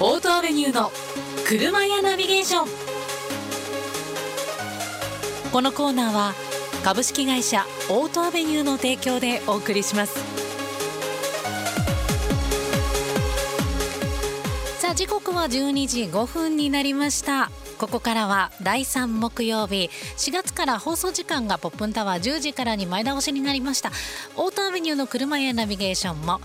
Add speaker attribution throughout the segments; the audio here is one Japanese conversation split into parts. Speaker 1: オートアベニューの車屋ナビゲーションこのコーナーは株式会社オートアベニューの提供でお送りしますさあ時刻は12時5分になりましたここからは第3木曜日4月から放送時間がポップンタワー10時からに前倒しになりましたオートアベニューの車屋ナビゲーションも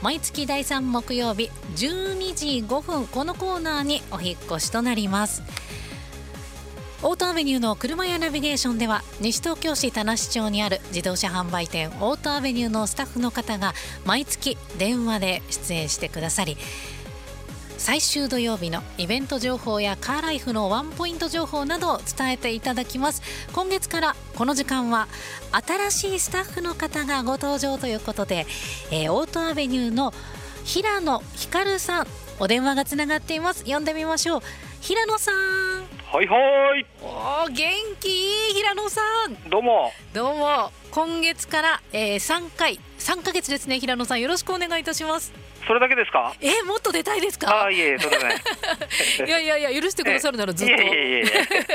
Speaker 1: 毎月第3木曜日12時5分このコーナーにお引っ越しとなりますオートアベニューの車屋ナビゲーションでは西東京市田無町にある自動車販売店オートアベニューのスタッフの方が毎月電話で出演してくださり最終土曜日のイベント情報やカーライフのワンポイント情報などを伝えていただきます今月からこの時間は新しいスタッフの方がご登場ということで、えーオートアベニューの平野ひかるさんお電話がつながっています呼んでみましょう平野さん
Speaker 2: はいはい
Speaker 1: おー元気いい平野さん
Speaker 2: どうも
Speaker 1: どうも今月から、えー、3回3ヶ月ですね平野さんよろしくお願いいたします
Speaker 2: それだけですか
Speaker 1: えーもっと出たい です
Speaker 2: あ
Speaker 1: か
Speaker 2: あいえいえそれね
Speaker 1: いやいやいや許してくださるならずっと
Speaker 2: いえいえいえ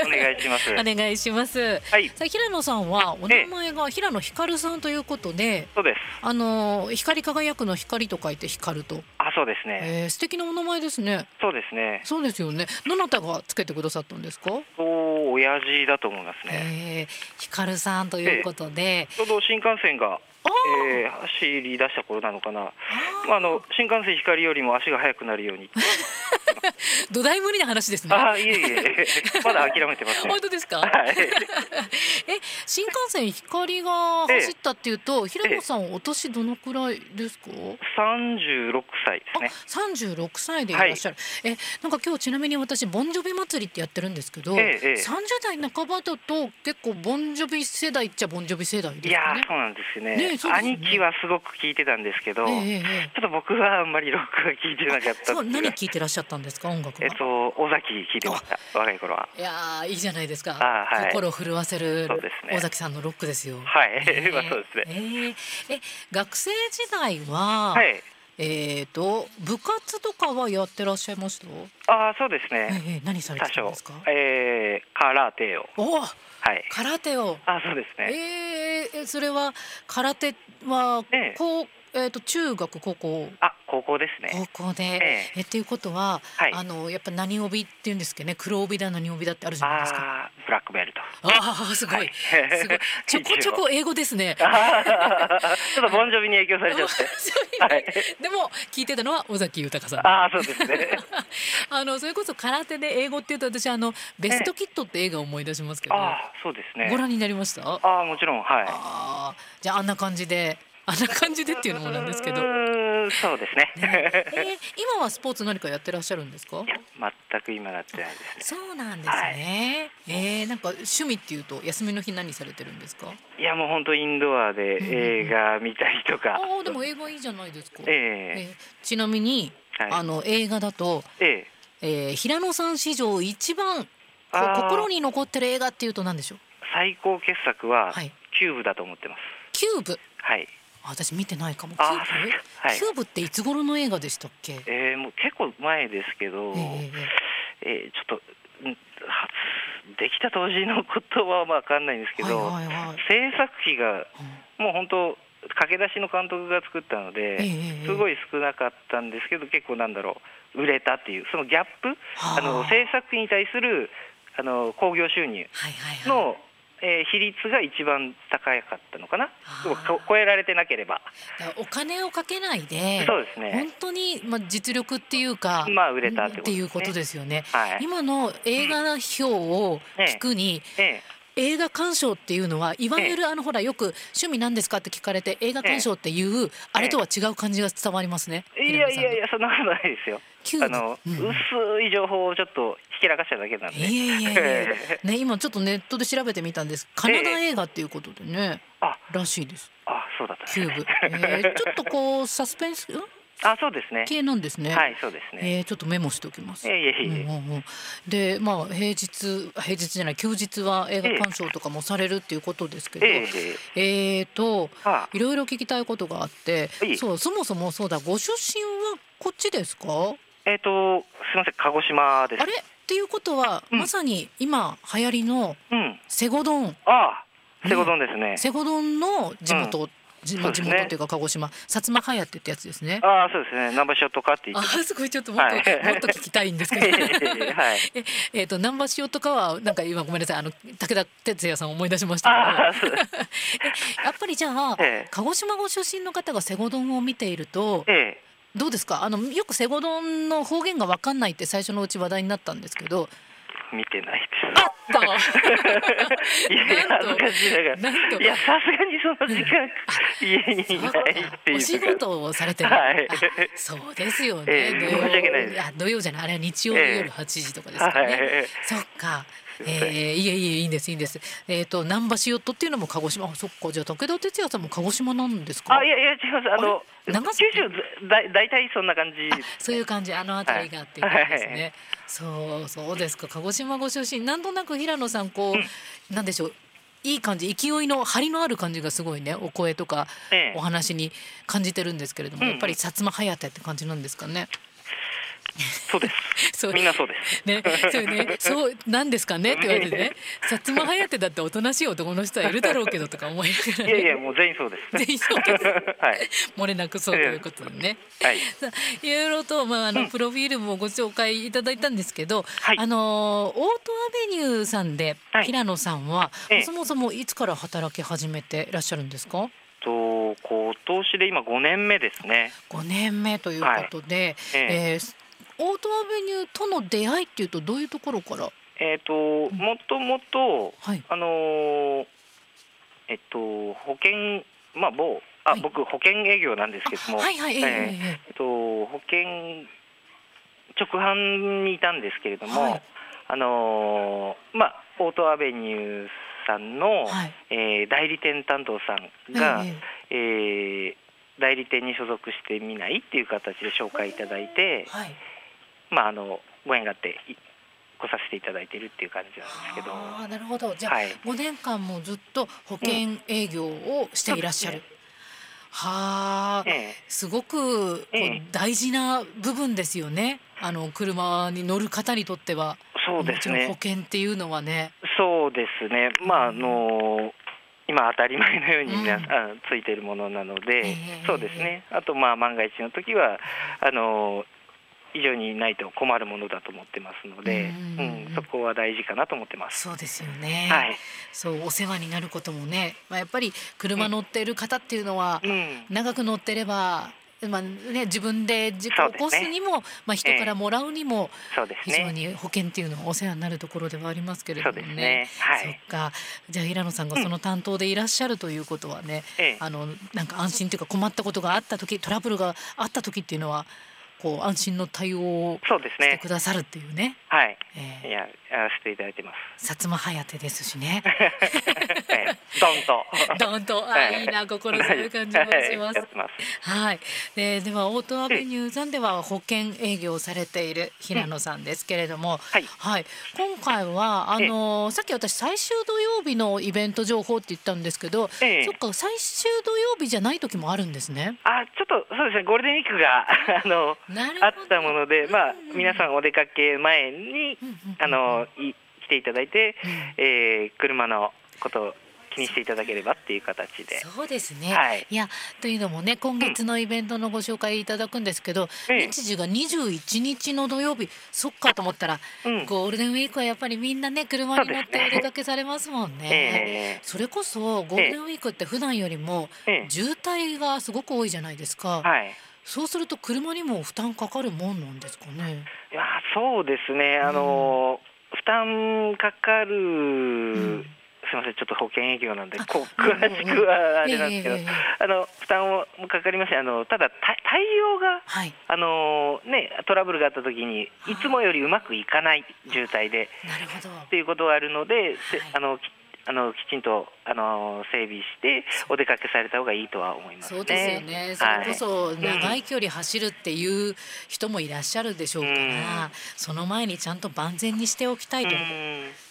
Speaker 2: お願いします
Speaker 1: お願いします。
Speaker 2: はい
Speaker 1: さあ平野さんはお名前が平野光さんということで、
Speaker 2: そうです
Speaker 1: あのー光り輝くの光と書いて光ると、
Speaker 2: あそうですね
Speaker 1: えー素敵なお名前ですね。
Speaker 2: そうですね
Speaker 1: そうですよね。どなたがつけてくださったんですか？
Speaker 2: そう親父だと思います
Speaker 1: えー、
Speaker 2: ね
Speaker 1: 光さんということで、
Speaker 2: ちょうど新幹線が
Speaker 1: あー
Speaker 2: えー走り出した頃なのかな
Speaker 1: あ
Speaker 2: まああの新幹線光よりも足が速くなるように
Speaker 1: ー土台無理な話ですね。
Speaker 2: ああいえいえまだ諦めてますね
Speaker 1: 本当ですか？
Speaker 2: はい
Speaker 1: え、新幹線光が走ったっていうと、平野さんお年どのくらいですか？
Speaker 2: 36歳ですね
Speaker 1: 三十六歳でいらっしゃる。え、なんか今日ちなみに私ボンジョビ祭りってやってるんですけど、三、
Speaker 2: ええええ
Speaker 1: 十、代半ばだと結構ボンジョビ世代っちゃボンジョビ世代で
Speaker 2: い
Speaker 1: すか
Speaker 2: や
Speaker 1: ね
Speaker 2: ー。そうなんですよね
Speaker 1: ねそうですね
Speaker 2: 兄貴はすごく聞いてたんですけど、
Speaker 1: ええええ
Speaker 2: ちょっと僕はあんまりロックは聞いてなかったってい
Speaker 1: そうう何聞いてらっしゃったんですか音楽は。
Speaker 2: えっと、尾崎聞いてました、若い頃は。
Speaker 1: いやーいいじゃないですか、
Speaker 2: あーはい
Speaker 1: 心を震わせる
Speaker 2: そうですね
Speaker 1: 尾崎さんのロックですよ。
Speaker 2: はい、
Speaker 1: ね
Speaker 2: まあ そうですね。
Speaker 1: えええ学生時代は、
Speaker 2: はい、
Speaker 1: えっ、と部活とかはやってらっしゃいました？
Speaker 2: ああ、そうです
Speaker 1: え
Speaker 2: ね、
Speaker 1: え何され
Speaker 2: 多
Speaker 1: てたん
Speaker 2: 少
Speaker 1: ですか？、
Speaker 2: えー、空手を、
Speaker 1: おお
Speaker 2: はい。
Speaker 1: 空手を。
Speaker 2: ああ、そうですね。
Speaker 1: えーえそれは空手は
Speaker 2: ええ
Speaker 1: 高えっ、と中学高校
Speaker 2: あ、高校ですね。
Speaker 1: 高校で、え
Speaker 2: え
Speaker 1: っていうことは、
Speaker 2: はい
Speaker 1: あのやっぱ何帯っていうんですけどね黒帯だ何帯だってあるじゃないですか。
Speaker 2: ああ、ブラックベルト。
Speaker 1: ああすごい、
Speaker 2: はい
Speaker 1: す ごいちょこちょこ英語ですね。
Speaker 2: あーちょっとボンジョビに影響されちゃ って。はい
Speaker 1: でも聞いてたのは尾崎豊さん。
Speaker 2: ああ、そうですね。
Speaker 1: あのそれこそ空手で英語っていうと私あのベストキットって映画を思い出しますけど、
Speaker 2: ああ、そうですね
Speaker 1: ご。覧になりました？
Speaker 2: ああ、もちろん、はい。
Speaker 1: あーじゃああんな感じであんな感じでっていうのもなんですけど
Speaker 2: う。ーんそうですね。
Speaker 1: ねえー今はスポーツ何かやってらっしゃるんですか
Speaker 2: い。や、全く今なってないですね。
Speaker 1: そうなんですね。えーなんか趣味っていうと休みの日何されてるんですか。
Speaker 2: いや、もう本当インドアで映画見たりと
Speaker 1: あ
Speaker 2: か。
Speaker 1: あでも映画いいじゃないですか。
Speaker 2: ええ
Speaker 1: えーちなみに、
Speaker 2: はい
Speaker 1: あの映画だと、
Speaker 2: ええ
Speaker 1: えー平野さん史上一番こう
Speaker 2: あー
Speaker 1: 心に残ってる映画っていうと何でしょう。
Speaker 2: 最高傑作は
Speaker 1: はい
Speaker 2: キューブだと思ってます。
Speaker 1: キューブ。
Speaker 2: はい。
Speaker 1: あ私見てないかも。キュー
Speaker 2: あ
Speaker 1: ブ
Speaker 2: ー。はい
Speaker 1: キューブっていつ頃の映画でしたっけ。
Speaker 2: えー、もう結構前ですけど、
Speaker 1: え
Speaker 2: え
Speaker 1: ー
Speaker 2: ーちょっとんはできた当時のことはまあわかんないんですけど、
Speaker 1: はいはいはい
Speaker 2: 制作費が
Speaker 1: う
Speaker 2: もう本当駆け出しの監督が作ったので、
Speaker 1: ええ
Speaker 2: すごい少なかったんですけど結構なんだろう売れたっていうそのギャップ、
Speaker 1: はあ
Speaker 2: あの制作費に対するあの興行収入
Speaker 1: はいはいはい。
Speaker 2: の、えー比率が一番高かったのかな
Speaker 1: あー
Speaker 2: でもこ超えられてなければ
Speaker 1: だからお金をかけないで、
Speaker 2: そうですね
Speaker 1: 本当にまあ実力っていうか、
Speaker 2: まあ売れたってことですね
Speaker 1: いうことですよね。
Speaker 2: はい、
Speaker 1: 今の映画評を聞くに、
Speaker 2: え
Speaker 1: 映画鑑賞っていうのはいわゆるあのほらよく趣味なんですかって聞かれて映画鑑賞っていうあれとは違う感じが伝わりますね。
Speaker 2: えいやいやい
Speaker 1: や。
Speaker 2: やそんなことないですよ
Speaker 1: キュ
Speaker 2: あ
Speaker 1: ーブ
Speaker 2: の、
Speaker 1: うん
Speaker 2: 薄い情報をちょっとひけらかしただけなんで
Speaker 1: いやいやいやいや
Speaker 2: ええ
Speaker 1: ね今ちょっとネットで調べてみたんですカナダ映画っていうことでね、
Speaker 2: あ
Speaker 1: らしいです
Speaker 2: あそうだったんです
Speaker 1: キューブ、えーちょっとこうサスペンスん
Speaker 2: あそうですね
Speaker 1: 系なんですね
Speaker 2: はいそうですね、
Speaker 1: えー、ちょっとメモしておきます。
Speaker 2: いえいえいえ
Speaker 1: うんうんうんで、まあ平日平日じゃない休日は映画鑑賞とかもされるっていうことですけど、
Speaker 2: ええ
Speaker 1: えーと
Speaker 2: はい
Speaker 1: ろいろ聞きたいことがあって
Speaker 2: は、い
Speaker 1: そうそもそもそうだご出身はこっちですか？
Speaker 2: えっ、とみません鹿児島です
Speaker 1: あれっていうことは、
Speaker 2: うん
Speaker 1: まさに今流行りの
Speaker 2: うん
Speaker 1: セゴドン
Speaker 2: ああ瀬古丼ですね
Speaker 1: セゴドンの地元、地
Speaker 2: そう
Speaker 1: 地
Speaker 2: ですね
Speaker 1: 元っていうか鹿児島薩摩隼人ってやつですね。
Speaker 2: ああそうですねナンバーショットカって言
Speaker 1: あ
Speaker 2: って
Speaker 1: ーすごいちょっともっと、
Speaker 2: はい
Speaker 1: もっと聞きたいんです けど。
Speaker 2: はい
Speaker 1: ええー、と難波塩とかはなんか今ごめんなさいあの武田鉄矢さんを思い出しましたけど
Speaker 2: ああそうです
Speaker 1: やっぱりじゃあ、
Speaker 2: ええ
Speaker 1: 鹿児島ご出身の方がセゴドンを見ていると
Speaker 2: ええ
Speaker 1: どうですかあのよくセゴドンの方言が分かんないって最初のうち話題になったんですけど
Speaker 2: 見て ない
Speaker 1: あっ
Speaker 2: で
Speaker 1: た
Speaker 2: す。いやいや
Speaker 1: なん
Speaker 2: 恥
Speaker 1: と
Speaker 2: ずかしいなが
Speaker 1: なんと
Speaker 2: ら。いやさすがにその時間家にいないっていうのが。
Speaker 1: お仕事をされてる、
Speaker 2: はい
Speaker 1: あそうですよね、
Speaker 2: ええ申し訳ないです
Speaker 1: あ土曜じゃないあれは日曜の夜8時とかですかね、
Speaker 2: ええ
Speaker 1: そっ か
Speaker 2: すいません
Speaker 1: ええいえいえいいんですいいんですえっ、と南橋ヨットっていうのも鹿児島あそっかじゃあ武田鉄矢さんも鹿児島なんですか
Speaker 2: あいやいや違いますあの
Speaker 1: あれ長
Speaker 2: 九
Speaker 1: 崎
Speaker 2: 州だい大体そんな感じ。
Speaker 1: そういう感じあの辺りがっていうことですね、そうそうですか鹿児島ご出身なんとなく平野さんこう、なんでしょういい感じ勢いの張りのある感じがすごいねお声とか
Speaker 2: ええ
Speaker 1: お話に感じてるんですけれども、
Speaker 2: うんうん
Speaker 1: やっぱり薩摩早手って感じなんですかね。
Speaker 2: そ うです。
Speaker 1: そう
Speaker 2: みんなそうです。
Speaker 1: ね、そうね、そうなんですかねって言われてね、薩摩早手だっておとなしい男の人はいるだろうけどとか思いなが
Speaker 2: い
Speaker 1: ら
Speaker 2: やい
Speaker 1: ね、
Speaker 2: やもう全員そうです。
Speaker 1: 全員そうです
Speaker 2: はい
Speaker 1: 漏れなくそうということでね。
Speaker 2: はい。
Speaker 1: さあいろいろと、まあ、あのプロフィールもご紹介いただいたんですけど、
Speaker 2: はい
Speaker 1: あのオートアベニューさんで、
Speaker 2: はい
Speaker 1: 平野さんは、
Speaker 2: ええ
Speaker 1: そもそもいつから働き始めていらっしゃるんですか
Speaker 2: と今年で今5年目ですね。
Speaker 1: 5年目ということで、
Speaker 2: ええ
Speaker 1: えーオートアベニューとの出会いっていうとどういうところから、
Speaker 2: えっ、ともともと
Speaker 1: はい、
Speaker 2: あのーえっと保険まあ某あ、
Speaker 1: はい
Speaker 2: 僕保険営業なんですけども、
Speaker 1: はいはいええ
Speaker 2: ええ
Speaker 1: え
Speaker 2: えっと保険直販にいたんですけれども、
Speaker 1: はい
Speaker 2: あのーまあオートアベニューさんの、
Speaker 1: えはい
Speaker 2: えー代理店担当さんが、
Speaker 1: え
Speaker 2: え
Speaker 1: え
Speaker 2: ー代理店に所属してみないっていう形で紹介いただいて、
Speaker 1: はい
Speaker 2: まああのご縁があってい来させていただいてるっていう感じなんですけど、
Speaker 1: ああなるほどじゃあ、
Speaker 2: はい
Speaker 1: 5年間もずっと保険営業をしていらっしゃる、
Speaker 2: うん
Speaker 1: はあ、
Speaker 2: え
Speaker 1: すごくこう
Speaker 2: ええ
Speaker 1: 大事な部分ですよね。あの車に乗る方にとっては、
Speaker 2: えそうです
Speaker 1: もちろん保
Speaker 2: ね。
Speaker 1: 険っていうのはね。
Speaker 2: そうですね。まああの今当たり前のように皆さん、あついているものなので、
Speaker 1: ええ
Speaker 2: そうですね。あとまあ万が一の時はあの以上にないと困るものだと思ってますの
Speaker 1: う
Speaker 2: で、うんん、そこは大事かなと思ってます。
Speaker 1: そうですよね。
Speaker 2: はい。
Speaker 1: そうお世話になることもね、まあやっぱり車乗ってる方っていうのは
Speaker 2: うん。
Speaker 1: 長く乗ってれば。まあね、自分で事故を起こすにも、まあ、人からもらうにも
Speaker 2: そうです
Speaker 1: 非常
Speaker 2: ね。
Speaker 1: に保険っていうのはお世話になるところではありますけれ
Speaker 2: そ
Speaker 1: ども
Speaker 2: うで
Speaker 1: ね。
Speaker 2: すね。はい。
Speaker 1: そっかじゃあ平野さんがその担当でいらっしゃるということはね、
Speaker 2: ええ
Speaker 1: あのなんか安心というか困ったことがあった時トラブルがあった時っていうのはこう安心の対応を
Speaker 2: そうです
Speaker 1: して
Speaker 2: ね
Speaker 1: く。ださるっていうね
Speaker 2: はい。い
Speaker 1: ええ
Speaker 2: や、やらせていただい てます。
Speaker 1: 薩摩早手ですし ね
Speaker 2: ええドン と。
Speaker 1: どんとあ
Speaker 2: はい
Speaker 1: いな心強い感じもしま
Speaker 2: や
Speaker 1: す
Speaker 2: ってます。
Speaker 1: はい、でではオートアベニューさんでは保険営業をされている平野さんですけれども、
Speaker 2: はい
Speaker 1: 今回はあのさっき私最終土曜日のイベント情報って言ったんですけど、
Speaker 2: ええ
Speaker 1: そっか最終土曜日じゃない時もあるんですね。
Speaker 2: あちょっとそうですねゴールデンウィークがあの
Speaker 1: なるほど
Speaker 2: あったもので、まあ、皆さんお出かけ前に
Speaker 1: うんうん
Speaker 2: あのい来ていただいて、えー車のことを気にしていただければっていう形で。
Speaker 1: そうですね、
Speaker 2: はい
Speaker 1: やというのもね今月のイベントのご紹介いただくんですけど、
Speaker 2: ええ
Speaker 1: 日時が21日の土曜日そっかと思ったら、
Speaker 2: うん
Speaker 1: ゴールデンウィークはやっぱりみんなね車に乗っ
Speaker 2: そうです
Speaker 1: て
Speaker 2: ね
Speaker 1: お出かけされますもんね。
Speaker 2: え
Speaker 1: それこそゴールデンウィークって普段よりも
Speaker 2: ええ
Speaker 1: 渋滞がすごく多いじゃないですか、
Speaker 2: ーはい
Speaker 1: そうすると車にも負担かかるもんなんですかね
Speaker 2: いやそうですね、あの負担かかる、
Speaker 1: ん
Speaker 2: すみません、ちょっと保険営業なんで、
Speaker 1: あ
Speaker 2: こう
Speaker 1: うんうん
Speaker 2: 詳しくはあれなんですけど、
Speaker 1: えええええ
Speaker 2: あの負担もかかりません、あのただ、た対応が
Speaker 1: はい
Speaker 2: あのね、トラブルがあった時にいつもよりうまくいかない渋滞で
Speaker 1: なるほど
Speaker 2: っていうことがあるので、せ
Speaker 1: はい
Speaker 2: あのきあのきちんとあの整備してお出かけされた方がいいとは思いますね。
Speaker 1: そうですよねそ
Speaker 2: はい
Speaker 1: れこそ長
Speaker 2: う
Speaker 1: い距離走るっていう人もいらっしゃるでしょうから、
Speaker 2: うん
Speaker 1: その前にちゃんと万全にしておきたいと
Speaker 2: ん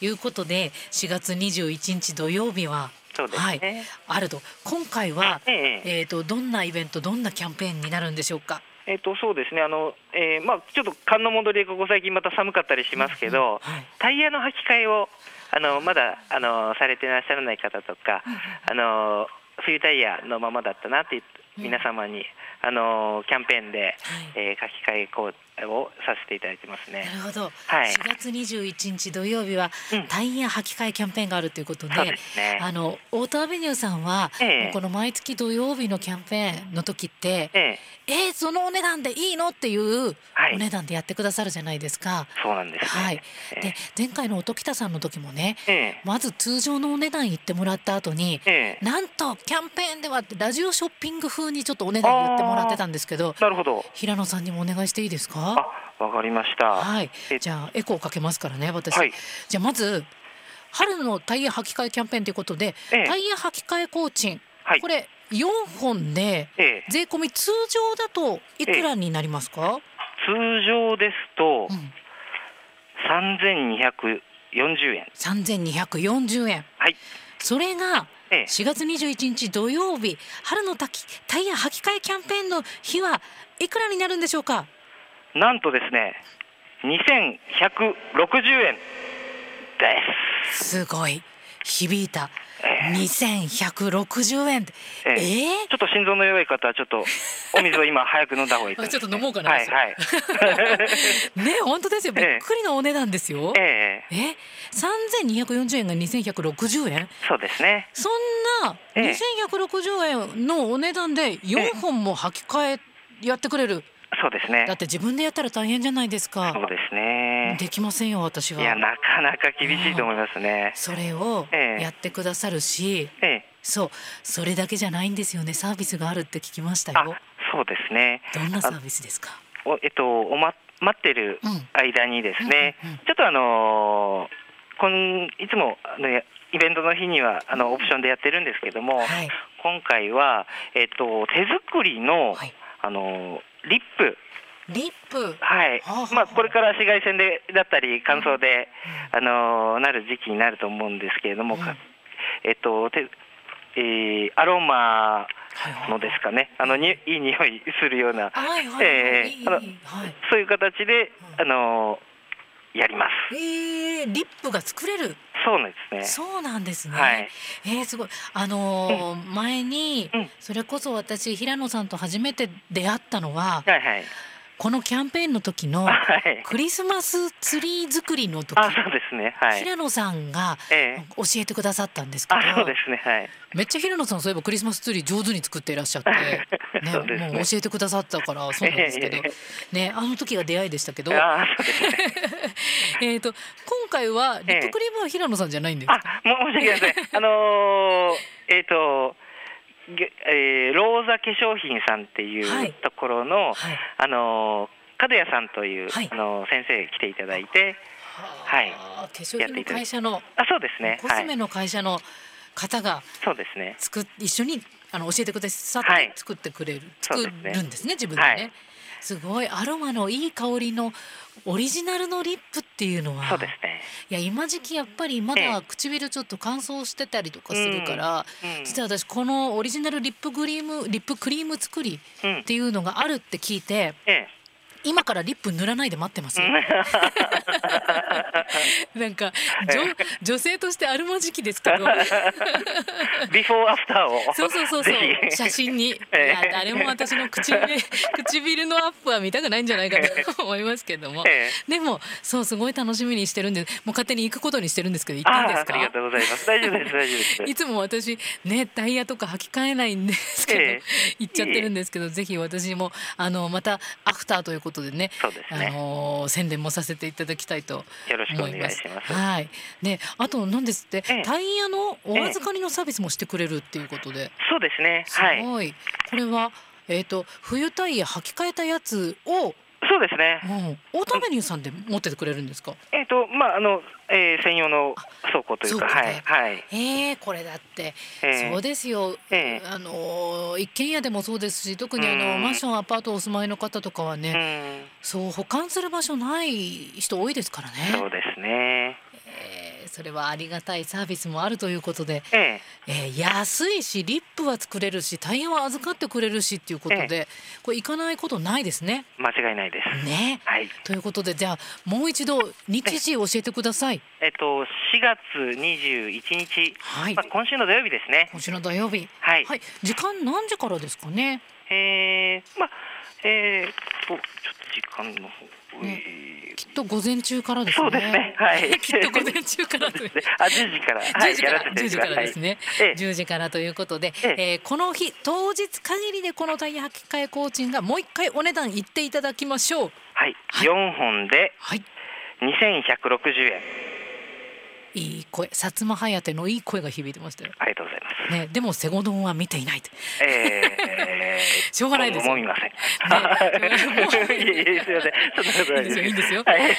Speaker 1: いうことで4月21日土曜日は、
Speaker 2: そうですね
Speaker 1: はい、あると今回は、
Speaker 2: ええ
Speaker 1: えー、とどんなイベントどんなキャンペーンになるんでしょうか
Speaker 2: えっと、そうですね、あのえーまあ、ちょっと寒の戻りで、ここ最近また寒かったりしますけど、
Speaker 1: はい
Speaker 2: タイヤの履き替えをあのまだあのされてらっしゃらない方とか、あの冬タイヤのままだったなっていう皆様に、あのキャンペーンで、えー書き換え講座をさせていただいてますね
Speaker 1: な。るほど、
Speaker 2: はい
Speaker 1: 4月21日土曜日は
Speaker 2: うん
Speaker 1: タイヤ履き替えキャンペーンがあるということで,、
Speaker 2: そうですね
Speaker 1: あのオートアベニューさんは、
Speaker 2: ええ
Speaker 1: もうこの毎月土曜日のキャンペーンの時って
Speaker 2: ええ
Speaker 1: えーそのお値段でいいのっていう
Speaker 2: はい
Speaker 1: お値段でやってくださるじゃないですか。
Speaker 2: そうなんです、ね。
Speaker 1: はい、で前回の音喜多さんの時もね
Speaker 2: ええ
Speaker 1: まず通常のお値段言ってもらった後に、
Speaker 2: ええ
Speaker 1: なんとキャンペーンではってラジオショッピング風にちょっとお値段言ってもらってたんですけど
Speaker 2: なるほど。
Speaker 1: 平野さんにもお願いしていいですか
Speaker 2: あ、わかりました。
Speaker 1: はい
Speaker 2: え、
Speaker 1: じゃあエコーかけますからね私、
Speaker 2: はい
Speaker 1: じゃあまず春のタイヤ履き替えキャンペーンということで、
Speaker 2: ええ
Speaker 1: タイヤ履き替え工賃、
Speaker 2: はい
Speaker 1: これ4本で
Speaker 2: ええ
Speaker 1: 税込み通常だといくらになりますか、
Speaker 2: 通常ですと
Speaker 1: うん、
Speaker 2: 三千二百四十円。
Speaker 1: 3240円
Speaker 2: はい。
Speaker 1: それが
Speaker 2: ええ
Speaker 1: 4月21日土曜日春のタキタイヤ履き替えキャンペーンの日はいくらになるんでしょうか
Speaker 2: なんとですね、二千百六十円で
Speaker 1: す
Speaker 2: す。
Speaker 1: ごい響いた2160円え
Speaker 2: え
Speaker 1: えー
Speaker 2: ちょっと心臓の弱い方はちょっとお水を今早く飲んだ方がいいと思います
Speaker 1: あちょっと飲もうかな
Speaker 2: はいはい。
Speaker 1: ね本当ですよびっくりのお値段ですよ。
Speaker 2: え
Speaker 1: え
Speaker 2: え
Speaker 1: 三千二百四十円が二千百六十円。
Speaker 2: そうですね。
Speaker 1: そんな
Speaker 2: ええ
Speaker 1: 二千百六十円のお値段で四本も履き替えやってくれる。
Speaker 2: そうですね
Speaker 1: だっ。て自分でやったら大変じゃないです
Speaker 2: そう
Speaker 1: か。
Speaker 2: ですね。
Speaker 1: できませんよ私
Speaker 2: いや
Speaker 1: は。
Speaker 2: なかなか厳しいと思いますね。
Speaker 1: それを
Speaker 2: ええ
Speaker 1: やってくださるし、
Speaker 2: ええ
Speaker 1: そうそれだけじゃないんですよね。サービスがあるって聞きました
Speaker 2: あ
Speaker 1: よ。
Speaker 2: そうですね。
Speaker 1: どんなサービスですか。
Speaker 2: おえっとおま待ってる
Speaker 1: うん
Speaker 2: 間にですね、
Speaker 1: うんうんうん
Speaker 2: ちょっとあのーこんいつもあのやイベントの日にはあのオプションでやってるんですけども、
Speaker 1: はい
Speaker 2: 今回はえっと手作りの、
Speaker 1: はい
Speaker 2: あのーリップ
Speaker 1: リップ。
Speaker 2: はい
Speaker 1: はあはあ、
Speaker 2: まあ、これから紫外線でだったり乾燥で、あのーなる時期になると思うんですけれども、かえっとてえーアロ
Speaker 1: は
Speaker 2: マ
Speaker 1: いはい
Speaker 2: のですかねあのにいい匂いするよう
Speaker 1: は
Speaker 2: な、
Speaker 1: いはいはい
Speaker 2: え
Speaker 1: いいいい
Speaker 2: ーあの
Speaker 1: はい
Speaker 2: そういう形で、あのーやります。
Speaker 1: えー、リップが作れる。
Speaker 2: そうなんですね。
Speaker 1: そうなんですね。
Speaker 2: はい
Speaker 1: えー、すごい。あのー前に、
Speaker 2: うん
Speaker 1: それこそ私平野さんと初めて出会ったのは、
Speaker 2: はいはい。
Speaker 1: このキャンペーンの時の
Speaker 2: はい。
Speaker 1: クリスマスツリー作りの時、
Speaker 2: あ、そうですね。はい。
Speaker 1: 平野さんが
Speaker 2: ええ
Speaker 1: 教えてくださったんですけど
Speaker 2: あ、、そうですね。はい。
Speaker 1: めっちゃ平野さんそういえばクリスマスツリー上手に作っていらっしゃって、ね、
Speaker 2: そうですね
Speaker 1: もう教えてくださったからそうなんですけど
Speaker 2: いえいえい、
Speaker 1: ね、あの時が出会いでしたけど、
Speaker 2: あ、そうですね。
Speaker 1: えっと今回はリップクリームは平野さんじゃないんですか。
Speaker 2: あ、も申し訳あり ません。あのーえっ、と。げえー、ローザ化粧品さんってい
Speaker 1: はいう
Speaker 2: ところ
Speaker 1: は
Speaker 2: の、
Speaker 1: い
Speaker 2: あのー角谷さんという、
Speaker 1: はい
Speaker 2: あのー先生来ていただいてはい
Speaker 1: あー化粧品の会社の、
Speaker 2: あそうですね
Speaker 1: コ
Speaker 2: は
Speaker 1: ス
Speaker 2: い
Speaker 1: メの会社の方が
Speaker 2: そうですね
Speaker 1: 作っ一緒にあの教えてくださっ
Speaker 2: はい
Speaker 1: て作ってくれる、
Speaker 2: そう
Speaker 1: 作
Speaker 2: ですね
Speaker 1: るんですね自分でね、
Speaker 2: はい
Speaker 1: すごいアロマのいい香りのオリジナルのリップっていうのは
Speaker 2: そうですね
Speaker 1: いや今時期やっぱりま
Speaker 2: え
Speaker 1: だ
Speaker 2: え
Speaker 1: 唇ちょっと乾燥してたりとかするから、
Speaker 2: うんうん
Speaker 1: 実は私このオリジナルリップクリームリップクリーム作り
Speaker 2: うん
Speaker 1: っていうのがあるって聞いて
Speaker 2: え
Speaker 1: 今からリップ塗らないで待ってます
Speaker 2: え
Speaker 1: よ。なんか女
Speaker 2: え
Speaker 1: 女性としてあるまじきですけど
Speaker 2: ビフォーアフターを
Speaker 1: そうそうそうそ
Speaker 2: ぜ
Speaker 1: う
Speaker 2: ひ
Speaker 1: 写真にい
Speaker 2: ええ
Speaker 1: や誰も私の 唇唇のアップは見たくないんじゃないかと思いますけども
Speaker 2: え
Speaker 1: でもそうすごい楽しみにしてるんでもう勝手に行くことにしてるんですけど行っていいです
Speaker 2: あありが
Speaker 1: か
Speaker 2: とうございます大丈夫です大丈夫で
Speaker 1: い
Speaker 2: す
Speaker 1: つも私ねタイヤとか履き替えないんですけど、
Speaker 2: ええ
Speaker 1: 行っちゃってるんですけど、ぜひ私もあのまたアフターということでね
Speaker 2: そうですね
Speaker 1: あの宣伝もさせていただきたいと
Speaker 2: よろしくお
Speaker 1: 思
Speaker 2: 願
Speaker 1: い
Speaker 2: い
Speaker 1: ます。
Speaker 2: します
Speaker 1: はい。で、あと何ですって、
Speaker 2: ええ
Speaker 1: タイヤのお預かりのサービスもしてくれるっていうことで、
Speaker 2: そうですね
Speaker 1: す
Speaker 2: はい
Speaker 1: ごい。これはえっ、と冬タイヤ履き替えたやつを、
Speaker 2: そうですね
Speaker 1: うん、オートメニューさんで持っててくれるんですか。
Speaker 2: えっ、と、まあ、あの、えー専用の倉庫というか、
Speaker 1: 倉庫
Speaker 2: は
Speaker 1: で
Speaker 2: い、はい。
Speaker 1: ええこれだって、
Speaker 2: ええ
Speaker 1: そうですよ、
Speaker 2: ええ
Speaker 1: あのー一軒家でもそうですし特にあの、
Speaker 2: うん
Speaker 1: マンションアパートお住まいの方とかはね、
Speaker 2: うん、
Speaker 1: そう保管する場所ない人多いですからね
Speaker 2: そうですね。
Speaker 1: ええーそれはありがたいサービスもあるということで、
Speaker 2: え
Speaker 1: えー安いしリップは作れるしタイヤは預かってくれるしっていうことで、これ行かないことないですね。
Speaker 2: え、間違いないです。
Speaker 1: ね
Speaker 2: はい。
Speaker 1: ということでじゃあもう一度日時教えてください。
Speaker 2: えっと、4月21日、
Speaker 1: はい
Speaker 2: まあ、今週の土曜日ですね。
Speaker 1: 今週の土曜日、
Speaker 2: はい
Speaker 1: はい、時間何時からですかね。
Speaker 2: えー、まあ、えーっと、ちょっと時間の方、
Speaker 1: ね
Speaker 2: えー
Speaker 1: きっと午前中からですね。
Speaker 2: そうですねはい
Speaker 1: きっと午前中からという。
Speaker 2: あ、10時から、
Speaker 1: 10時か
Speaker 2: や
Speaker 1: ら、
Speaker 2: せ
Speaker 1: 10
Speaker 2: てく
Speaker 1: 時
Speaker 2: だ
Speaker 1: か
Speaker 2: さい
Speaker 1: らですね、
Speaker 2: ええ
Speaker 1: 10時からということで、え
Speaker 2: え
Speaker 1: ーこの日当日限りでこのタイヤ履き替え工賃がもう一回お値段言っていただきましょう
Speaker 2: はい、
Speaker 1: はい
Speaker 2: 4本で
Speaker 1: はい
Speaker 2: 2160円。
Speaker 1: いい声薩摩隼人のいい声が響いてましたよ
Speaker 2: ありがとうございます。
Speaker 1: ね、でもセゴドンは見ていないと
Speaker 2: え ー、
Speaker 1: しょうがないです
Speaker 2: もう見ません。
Speaker 1: ね
Speaker 2: いえいえ、すいません。そんなことない
Speaker 1: い
Speaker 2: です。
Speaker 1: いんですよ
Speaker 2: はい。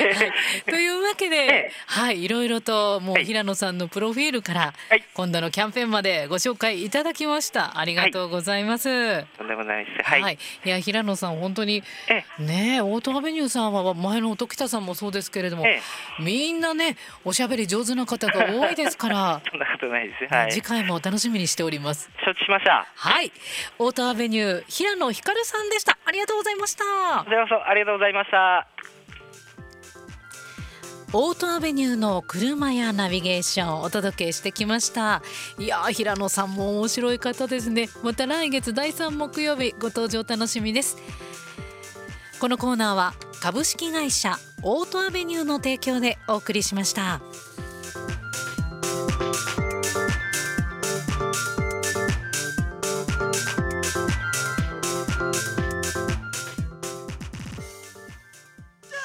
Speaker 1: というわけで、
Speaker 2: ええ
Speaker 1: はい、いろいろともう
Speaker 2: はい
Speaker 1: 平野さんのプロフィールから、
Speaker 2: はい
Speaker 1: 今度のキャンペーンまでご紹介いただきました。ありがとうございます。はい、
Speaker 2: とんでもないです。はい。
Speaker 1: い、や平野さん本当に
Speaker 2: ええ
Speaker 1: ねえオートアベニューさんは前の音北さんもそうですけれども、
Speaker 2: え
Speaker 1: みんなねおしゃべり上手な方が多いですから、
Speaker 2: そんなことないです。 はい。承
Speaker 1: 次回もお楽しみにしております。
Speaker 2: 知しました。
Speaker 1: はい、オートアベニュー平野ひかるさんでした。ありがとうございました
Speaker 2: こち。らこそありがとうございました。
Speaker 1: オートアベニューの車やナビゲーションをお届けしてきましたいやー平野さんも面白い方ですねまた来月第3木曜日ご登場楽しみですこのコーナーは株式会社オートアベニューの提供でお送りしました